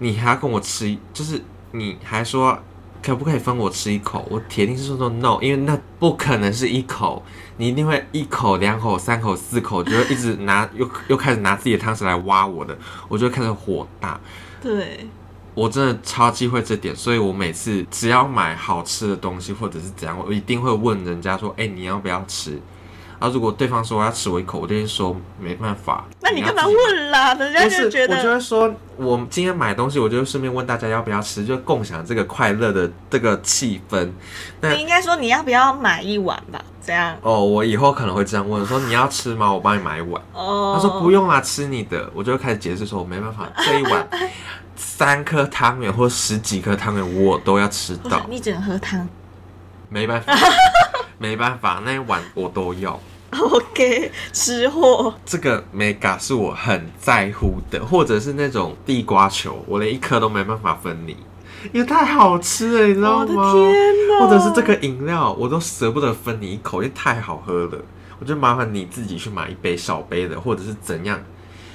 Speaker 2: 你还要跟我吃，就是你还说可不可以分我吃一口？我铁定是说说 no，因为那不可能是一口，你一定会一口、两口、三口、四口，就会一直拿 <laughs> 又又开始拿自己的汤匙来挖我的，我就会开始火大。
Speaker 1: 对，
Speaker 2: 我真的超忌讳这点，所以我每次只要买好吃的东西或者是怎样，我一定会问人家说：“哎、你要不要吃？”然后如果对方说我要吃我一口，我就会说没办法。
Speaker 1: 那你
Speaker 2: 要
Speaker 1: 干嘛
Speaker 2: 自己
Speaker 1: 问啦？人家
Speaker 2: 不，
Speaker 1: 就是觉
Speaker 2: 我就
Speaker 1: 得
Speaker 2: 会说，我今天买东西，我就顺便问大家要不要吃，就共享这个快乐的这个气氛。那
Speaker 1: 你应该说你要不要买一碗吧？这样
Speaker 2: 哦，我以后可能会这样问，说你要吃吗？我帮你买一碗。
Speaker 1: 哦。
Speaker 2: 他说不用啦，吃你的。我就会开始解释说，我没办法，这一
Speaker 1: <laughs>
Speaker 2: 碗三颗汤圆或十几颗汤圆我都要吃
Speaker 1: 我
Speaker 2: 到
Speaker 1: 说，你只能喝汤。 <laughs>
Speaker 2: 没办法，没办法，那一碗我都要。
Speaker 1: OK，吃货。
Speaker 2: 这个 mega 是我很在乎的，或者是那种地瓜球，我连一颗都没办法分离，因为太好吃了，你知道
Speaker 1: 我的啊
Speaker 2: 吗？
Speaker 1: 天哪！
Speaker 2: 或者是这个饮料，我都舍不得分你一口，因为太好喝了。我就麻烦你自己去买一杯小杯的，或者是怎样，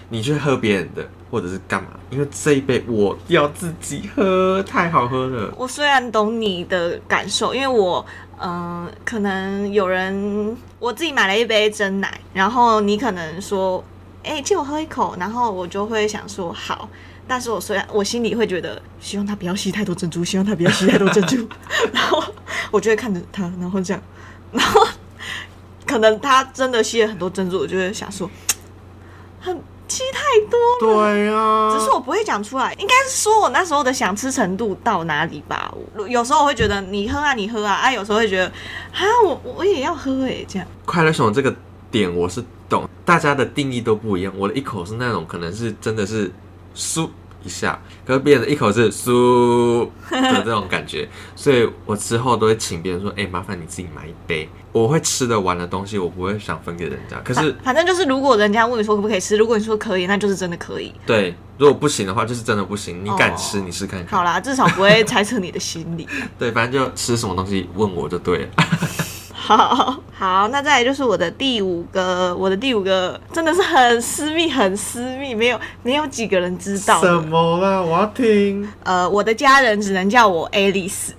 Speaker 2: 你去喝别人的，或者是干嘛？因为这一杯我要自己喝，太好喝了。
Speaker 1: 我虽然懂你的感受，因为我，嗯、可能有人呃哎我自己买了一杯真奶，然后你可能说，哎、借我喝一口，然后我就会想说好，但是我虽然我心里会觉得，希望他不要吸太多珍珠，希望他不要吸太多珍珠， <laughs> 然后我就会看着他，然后这样，然后可能他真的吸了很多珍珠，我就会想说，很吸太多了
Speaker 2: 对啊，
Speaker 1: 只是我不会讲出来，应该是说我那时候的想吃程度到哪里吧。我有时候我会觉得你喝啊，你喝啊，啊，有时候会觉得啊，我我也要喝哎、欸，这样。
Speaker 2: 快乐熊这个点我是懂，大家的定义都不一样。我的一口是那种可能是真的是酥一下，可是别人的一口是酥的这种感觉，所以我之后都会请别人说：“哎、麻烦你自己买一杯。”我会吃得完的东西，我不会想分给人家。可是
Speaker 1: <laughs> 反反正就是，如果人家问你说可不可以吃，如果你说可以，那就是真的可以。
Speaker 2: 对，如果不行的话，就是真的不行。你敢吃，
Speaker 1: 哦
Speaker 2: 你试看看。
Speaker 1: 好啦，至少不会猜测你的心
Speaker 2: <laughs>
Speaker 1: 理。
Speaker 2: 对，反正就吃什么东西问我就对了。
Speaker 1: 好好，那再来就是我的第五个，我的第五个真的是很私密，很私密，没有没有几个人知道的。
Speaker 2: 么啦？我要听。
Speaker 1: 呃，我的家人只能叫我 Alice。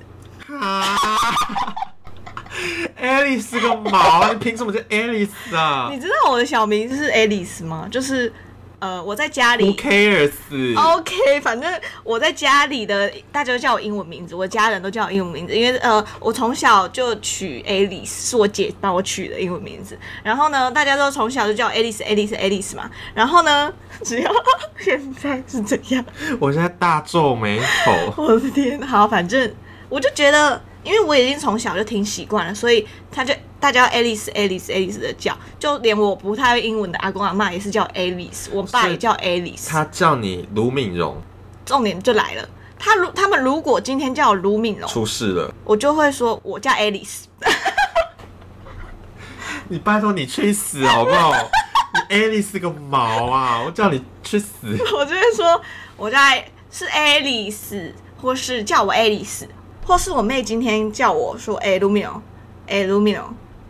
Speaker 2: <laughs> Alice 个
Speaker 1: <laughs>
Speaker 2: 毛！你凭什么叫 Alice 啊
Speaker 1: 你知道我的小名是 Alice 吗？就是呃，我在家里
Speaker 2: Who cares？、
Speaker 1: 哦 OK，反正我在家里的大家都叫我英文名字，我家人都叫我英文名字，因为呃，我从小就取 Alice，是我姐帮我取的英文名字。然后呢，大家都从小就叫 Alice，Alice，Alice 嘛。然后呢， <laughs> 只要现在是怎样，。
Speaker 2: 我现在大皱眉头
Speaker 1: 我的天，好，反正我就觉得，因为我已经从小就听习惯了，所以他就大家 Alice Alice Alice 的叫，就连我不太会英文的阿公阿妈也是叫 Alice，我爸
Speaker 2: 所以
Speaker 1: 也叫 Alice。
Speaker 2: 他叫你卢敏荣
Speaker 1: 重点就来了，他如他们如果今天叫我卢敏荣，
Speaker 2: 出事了，
Speaker 1: 我就会说我叫 Alice。 <laughs>
Speaker 2: 你拜托你去死好不
Speaker 1: <laughs>
Speaker 2: 好？你 Alice 个毛啊！我叫你去死！
Speaker 1: 我就会说我在是 Alice，或是叫我 Alice，或是我妹今天叫我说哎卢米哦，哎卢米哦，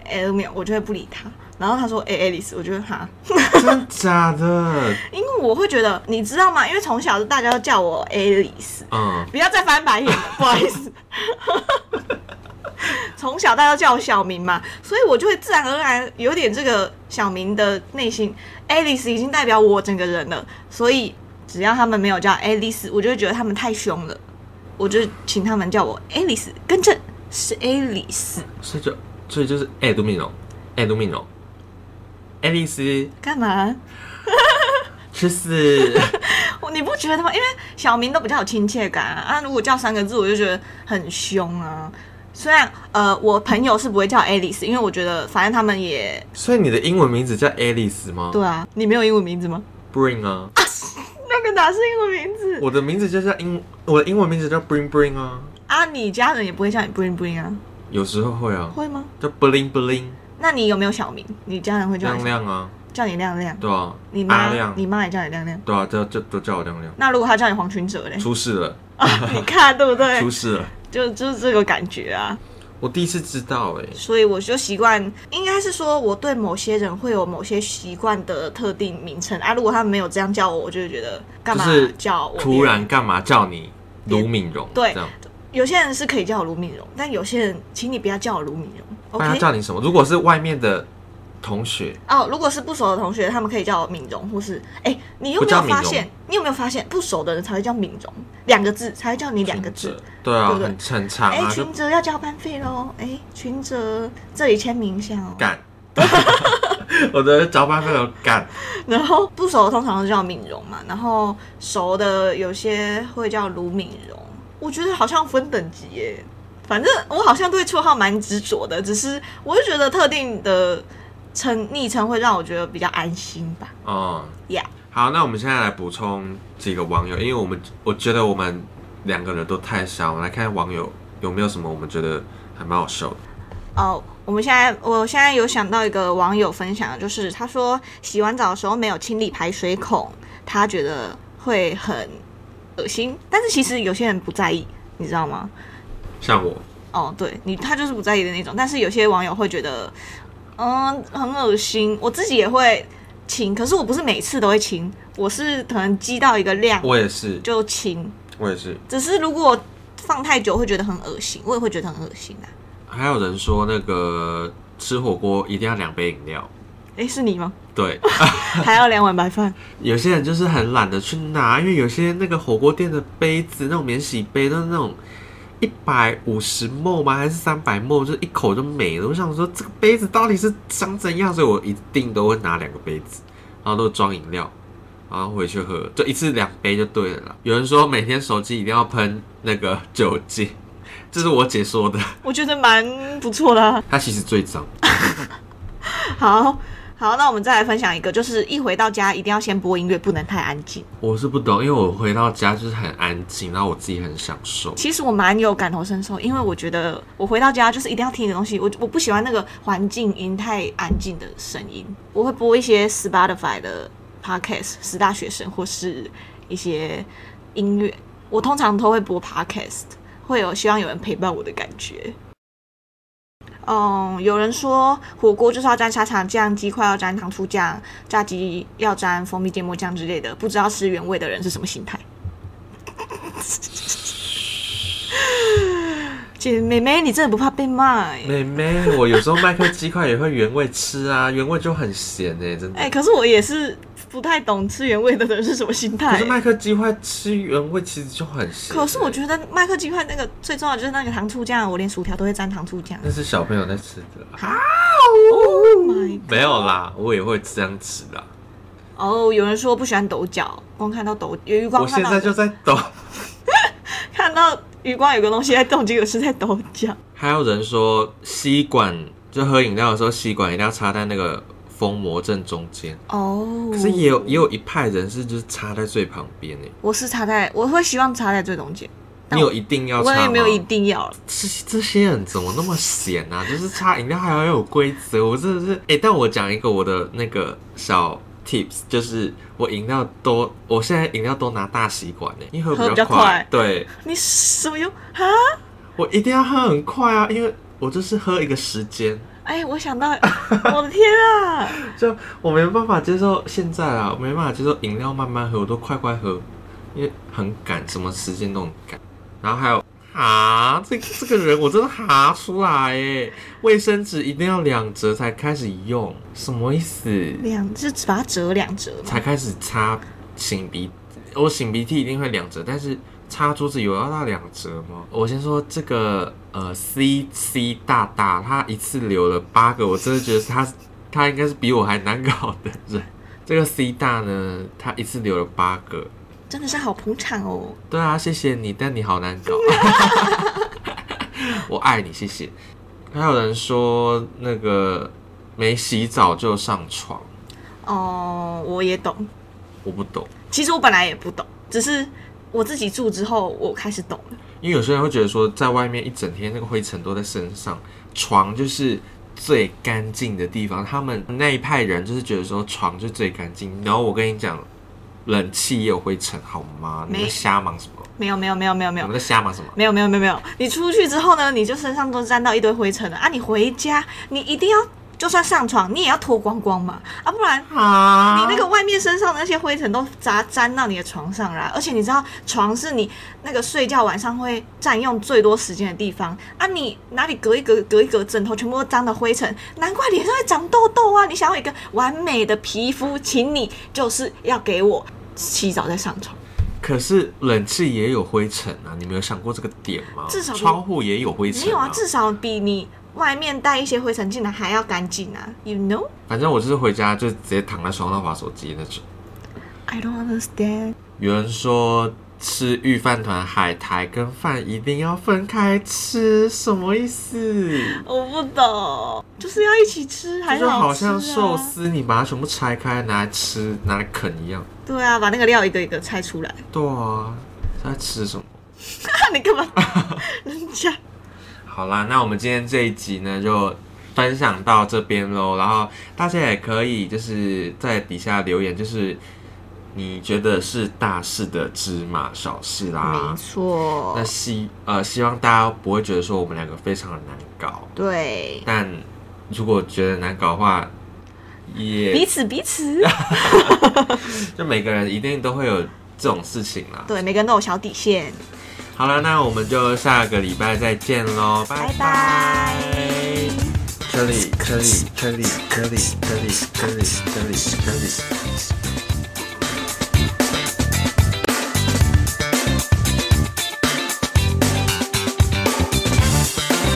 Speaker 1: 艾没有，我就会不理他。然后他说：“哎、欸，爱丽丝，我觉得哈， <laughs>
Speaker 2: 真假的？
Speaker 1: 因为我会觉得，你知道吗？因为从小大家都叫我爱丽丝，
Speaker 2: 嗯，
Speaker 1: 不要再翻白眼了，不好意思。从小大家都叫我小明嘛，所以我就会自然而然有点这个小明的内心。爱丽丝已经代表我整个人了，所以只要他们没有叫爱丽丝，我就会觉得他们太凶了，我就请他们叫我爱丽丝，跟正是爱丽丝。
Speaker 2: 所以就所以就是艾杜米诺，艾杜米诺，爱丽丝
Speaker 1: 干嘛？
Speaker 2: 去死！
Speaker 1: <laughs> 我你不觉得吗？因为小明都比较有亲切感啊，啊如果叫三个字，我就觉得很凶啊。虽然呃，我朋友是不会叫 Alice，因为我觉得反正他们也
Speaker 2: 所以你的英文名字叫 Alice 吗
Speaker 1: 对啊。你没有英文名字吗？
Speaker 2: ？Bring 啊，
Speaker 1: <laughs> 那个哪是英文名字
Speaker 2: 我的名字就叫英，我的英文名字叫 Bring Bring 啊，
Speaker 1: 啊？你家人也不会叫你 Bling Bling 啊？
Speaker 2: 有时候会啊，
Speaker 1: 会吗？
Speaker 2: 叫 Bling Bling
Speaker 1: 那你有没有小名？你家人会叫你
Speaker 2: 亮亮啊，
Speaker 1: 叫你亮亮，
Speaker 2: 对啊，
Speaker 1: 你
Speaker 2: 阿
Speaker 1: 妈
Speaker 2: 亮，
Speaker 1: 你妈也叫你亮亮。
Speaker 2: 对啊，叫就都叫我亮亮，
Speaker 1: 那如果他叫你黄群哲嘞？
Speaker 2: 出事了，
Speaker 1: 啊， <laughs> 你看对不对
Speaker 2: 出？事了，
Speaker 1: 就就是这个感觉啊。
Speaker 2: 我第一次知道哎、
Speaker 1: 所以我就习惯，应该是说我对某些人会有某些习惯的特定名称啊。如果他们没有这样叫我，我就会觉得干嘛
Speaker 2: 就是
Speaker 1: 叫我？
Speaker 2: 突然干嘛叫你卢敏荣？
Speaker 1: 对
Speaker 2: 这样，
Speaker 1: 有些人是可以叫我卢敏荣，但有些人，请你不要叫我卢敏荣
Speaker 2: 不啊然他
Speaker 1: ，OK？
Speaker 2: 叫你什么？如果是外面的同学，
Speaker 1: 哦，如果是不熟的同学，他们可以叫我敏荣，或是哎、你有
Speaker 2: 不
Speaker 1: 没
Speaker 2: 叫
Speaker 1: 有
Speaker 2: 敏
Speaker 1: 发
Speaker 2: 荣
Speaker 1: 现？你有没有发现不熟的人才会叫敏荣两个字，才会叫你两个
Speaker 2: 群
Speaker 1: 字
Speaker 2: 哲？，对啊，
Speaker 1: 对不对
Speaker 2: 很很长
Speaker 1: 哎、
Speaker 2: 啊，就
Speaker 1: 群哲要交班费喽！哎、群哲这里签名一下哦。
Speaker 2: 干， <laughs> 我的早班朋友干，
Speaker 1: 然后不熟的通常都叫敏荣嘛，然后熟的有些会叫卢敏荣。我觉得好像分等级耶，反正我好像对绰号蛮执着的，只是我就觉得特定的称昵称会让我觉得比较安心吧。
Speaker 2: 哦、
Speaker 1: 呀、
Speaker 2: 好，那我们现在来补充几个网友，因为我们我觉得我们两个人都太少，我们来看网友有没有什么我们觉得还蛮好笑的。
Speaker 1: 哦，我们现在我现在有想到一个网友分享的，就是他说洗完澡的时候没有清理排水孔，他觉得会很恶心，但是其实有些人不在意，你知道吗？
Speaker 2: 像我，
Speaker 1: 哦，对你，他就是不在意的那种。但是有些网友会觉得，嗯，很恶心。我自己也会亲，可是我不是每次都会亲，我是可能积到一个量
Speaker 2: 我也是，
Speaker 1: 就亲。
Speaker 2: 我也是。
Speaker 1: 只是如果放太久会觉得很恶心，我也会觉得很恶心啊。
Speaker 2: 还有人说那个吃火锅一定要两杯饮料，
Speaker 1: 诶，是你吗？
Speaker 2: 对，
Speaker 1: 还要两碗白饭？
Speaker 2: 有些人就是很懒得去拿，因为有些那个火锅店的杯子，那种免洗杯都是那种一百五十沫吗？还是三百沫？就一口就没了。我想说这个杯子到底是长怎样，所以我一定都会拿两个杯子，然后都装饮料，然后回去喝，就一次两杯就对了啦。有人说每天手机一定要喷那个酒精，这是我姐说的，
Speaker 1: 我觉得蛮不错的啊、
Speaker 2: 她其实最脏。
Speaker 1: 好好，那我们再来分享一个，就是一回到家一定要先播音乐，不能太安静。
Speaker 2: 我是不懂，因为我回到家就是很安静，然后我自己很享受。
Speaker 1: 其实我蛮有感同身受，因为我觉得我回到家就是一定要听的东西，我我不喜欢那个环境音太安静的声音，我会播一些 Spotify 的 podcast，十大学生或是一些音乐，我通常都会播 podcast，会有希望有人陪伴我的感觉。嗯，有人说火锅就是要沾沙茶酱，鸡块要沾糖醋酱，炸鸡要沾蜂蜜芥末酱之类的，不知道吃原味的人是什么心态。姐妹妹，你真的不怕被骂、欸？
Speaker 2: 妹妹，我有时候麦克鸡块也会原味吃啊， <laughs> 原味就很咸哎、真的。
Speaker 1: 哎、可是我也是不太懂吃原味的人是什么心态、
Speaker 2: 可是麦克鸡块吃原味其实就很咸、欸
Speaker 1: 可是我觉得麦克鸡块那个最重要的就是那个糖醋酱，我连薯条都会沾糖醋
Speaker 2: <laughs>
Speaker 1: 酱
Speaker 2: 得。那是小朋友在吃的啦，
Speaker 1: Oh my！
Speaker 2: 没有啦，我也会这样吃啦。
Speaker 1: 哦，有人说不喜欢抖脚，光看到抖有余光
Speaker 2: 我
Speaker 1: 看
Speaker 2: 现
Speaker 1: 到
Speaker 2: 在就在抖。
Speaker 1: 看到余光有个东西在动，结果是在抖脚。
Speaker 2: 还有人说吸管，就喝饮料的时候吸管一定要插在那个封膜正中间，
Speaker 1: 哦，
Speaker 2: 可是也有也有一派人是就是插在最旁边哎、
Speaker 1: 我是插在，我会希望插在最中间，但
Speaker 2: 你有一定要
Speaker 1: 我
Speaker 2: 插
Speaker 1: 也
Speaker 2: 吗？
Speaker 1: 没有一定要了。
Speaker 2: 这这些人怎么那么闲啊？就是擦饮料还要有规则，我真的是哎、诶但我讲一个我的那个小 tips，就是我饮料都，我现在饮料都拿大吸管呢、因为喝
Speaker 1: 喝
Speaker 2: 比
Speaker 1: 比
Speaker 2: 较
Speaker 1: 较
Speaker 2: 快。
Speaker 1: 快
Speaker 2: 对，
Speaker 1: 你什么用啊？
Speaker 2: 我一定要喝很快啊，因为我就是喝一个时间。
Speaker 1: 哎、我想 <laughs> 到，我的天啊！
Speaker 2: <laughs> 就我没办法接受现在啊，我没办法接受饮料慢慢喝，我都快快喝，因为很赶，什么时间都很赶。然后还有啊，这这个人我真的哈出来哎，卫生纸一定要两折才开始用，什么意思？
Speaker 1: 两是把它折两折嘛，
Speaker 2: 才开始擦擤鼻，我擤鼻涕一定会两折，但是擦桌子有要到两折吗？我先说这个呃，C C 大大，他一次留了八个，我真的觉得他他应该是比我还难搞的人。这个 C 大呢，他一次留了八个，
Speaker 1: 真的是好捧场哦。
Speaker 2: 对啊，谢谢你，但你好难搞。 <laughs> 我爱你，谢谢。还有人说那个没洗澡就上床，
Speaker 1: 哦，我也懂。
Speaker 2: 我不懂。
Speaker 1: 其实我本来也不懂，只是我自己住之后，我开始懂了。
Speaker 2: 因为有些人会觉得说，在外面一整天那个灰尘都在身上，床就是最干净的地方。他们那一派人就是觉得说床就最干净。然后我跟你讲，冷气也有灰尘，好吗？你
Speaker 1: 没
Speaker 2: 们瞎忙什么？
Speaker 1: 没有，没有，没有，没有，没
Speaker 2: 你
Speaker 1: 有
Speaker 2: 们。在瞎忙什么？
Speaker 1: 没有没有没有没有，你出去之后呢，你就身上都沾到一堆灰尘了啊！你回家，你一定要就算上床，你也要脱光光嘛啊，不然
Speaker 2: 啊
Speaker 1: 你那个外面身上的那些灰尘都砸粘到你的床上啦。而且你知道，床是你那个睡觉晚上会占用最多时间的地方啊，你哪里隔一隔隔一隔，枕头全部都沾了灰尘，难怪脸上会长痘痘啊！你想要一个完美的皮肤，请你就是要给我洗澡再上床。
Speaker 2: 可是冷气也有灰尘啊，你没有想过这个点吗？
Speaker 1: 至少你
Speaker 2: 窗户也有灰尘、
Speaker 1: 没有啊，至少比你外面带一些灰尘进来还要干净啊。You know,
Speaker 2: 反正我就是回家就直接躺在床上划手机那种。
Speaker 1: I don't understand。
Speaker 2: 有人说吃御饭团海苔跟饭一定要分开吃，什么意思？
Speaker 1: 我不懂，就是要一起吃，还
Speaker 2: 这就好
Speaker 1: 吃啊
Speaker 2: 像寿。司，你把它全部拆开拿来吃、拿来啃一样。
Speaker 1: 对啊，把那个料一个一个拆出来。 <laughs>
Speaker 2: 对啊，在吃什么？
Speaker 1: 那你干
Speaker 2: <laughs>
Speaker 1: 嘛？人家
Speaker 2: 好啦，那我们今天这一集呢就分享到这边喽。然后大家也可以就是在底下留言，就是你觉得是大事的芝麻小事啦
Speaker 1: 没。错
Speaker 2: 啊那，希呃希望大家不会觉得说我们两个非常的难搞，
Speaker 1: 对，
Speaker 2: 但如果觉得难搞的话，也
Speaker 1: 彼此彼
Speaker 2: <laughs>
Speaker 1: 此，
Speaker 2: 就每个人一定都会有这种事情啦。
Speaker 1: 对，每个人都有小底线。
Speaker 2: 好了，那我们就下个礼拜再见喽，拜
Speaker 1: 拜
Speaker 2: 拜
Speaker 1: 拜。
Speaker 2: 这里，这里，这里，这里，这里，这里，这里，这里，这里。